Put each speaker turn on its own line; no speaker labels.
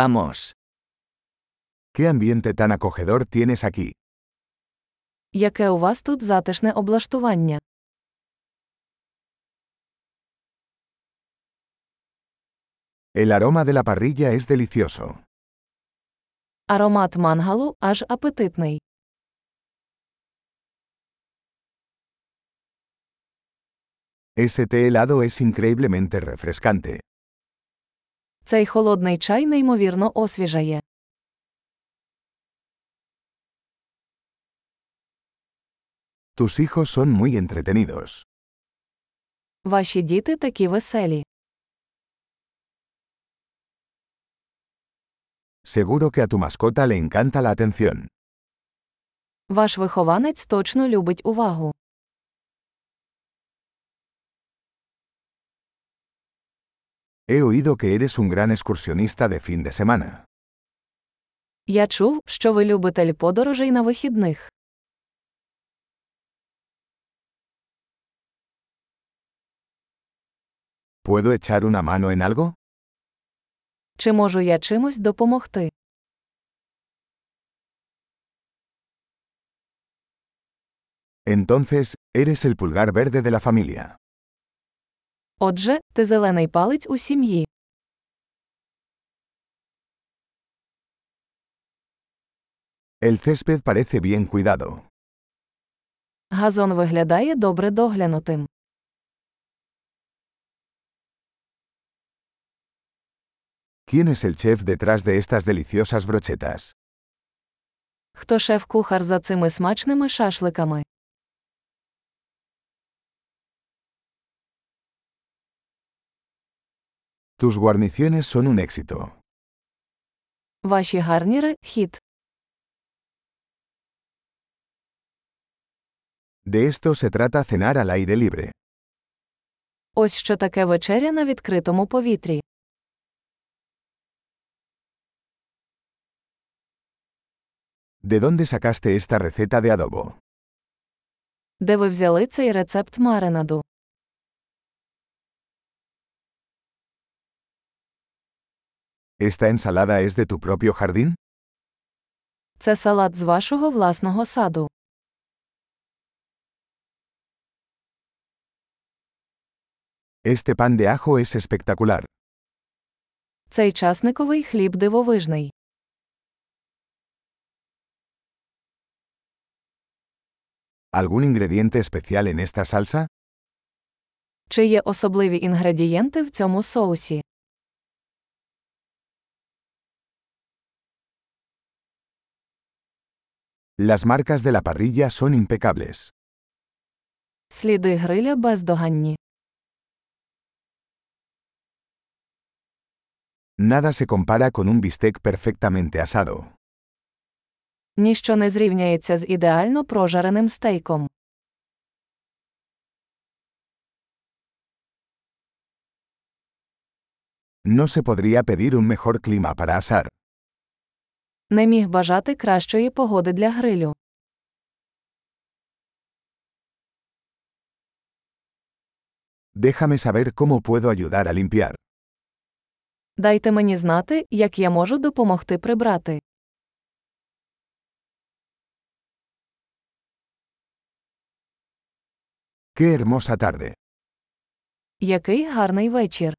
Vamos.
¿Qué ambiente tan acogedor tienes aquí?
Яке у вас тут затишне облаштування?
El aroma de la parrilla es delicioso.
Аромат мангалу аж апетитний.
Ese té helado es increíblemente refrescante.
Цей холодний чай неймовірно освіжає.
Tus hijos son muy entretenidos.
Ваші діти такі веселі.
Seguro que a tu mascota le encanta la atención.
Ваш вихованець точно любить увагу.
He oído que eres un gran excursionista de fin de semana.
Я чув, що ви любитель подорожей на вихідних.
¿Puedo echar una mano en algo?
Чи можу я чимось допомогти?
Entonces, eres el pulgar verde de la familia.
Отже, ти зелений палець у сім'ї.
El césped parece bien cuidado.
Газон виглядає добре доглянутим.
¿Quién es el chef detrás de estas deliciosas brochetas?
Хто шеф-кухар за цими смачними шашликами?
Tus guarniciones son un éxito.
Ваші гарніри хіт.
De esto se trata cenar al aire libre.
Ось що таке вечеря на відкритому повітрі.
¿De dónde sacaste esta receta de adobo?
Де ви взяли цей рецепт маринаду?
¿Esta ensalada es de tu propio jardín?
Це салат з вашого власного саду.
Este pan de ajo es espectacular.
Цей часниковий хліб дивовижний.
¿Algún ingrediente especial en esta salsa?
Чи є особливі інгредієнти в цьому соусі?
Las marcas de la parrilla son impecables.
Сліди гриля бездоганні.
Nada se compara con un bistec perfectamente asado.
Ніщо не зрівняється з ідеально прожареним стейком.
No se podría pedir un mejor clima para asar.
Не міг бажати кращої погоди для грилю.
Déjame saber cómo puedo ayudar a limpiar.
Дайте мені знати, як я можу допомогти прибрати.
¡Qué hermosa tarde!
Який гарний вечір!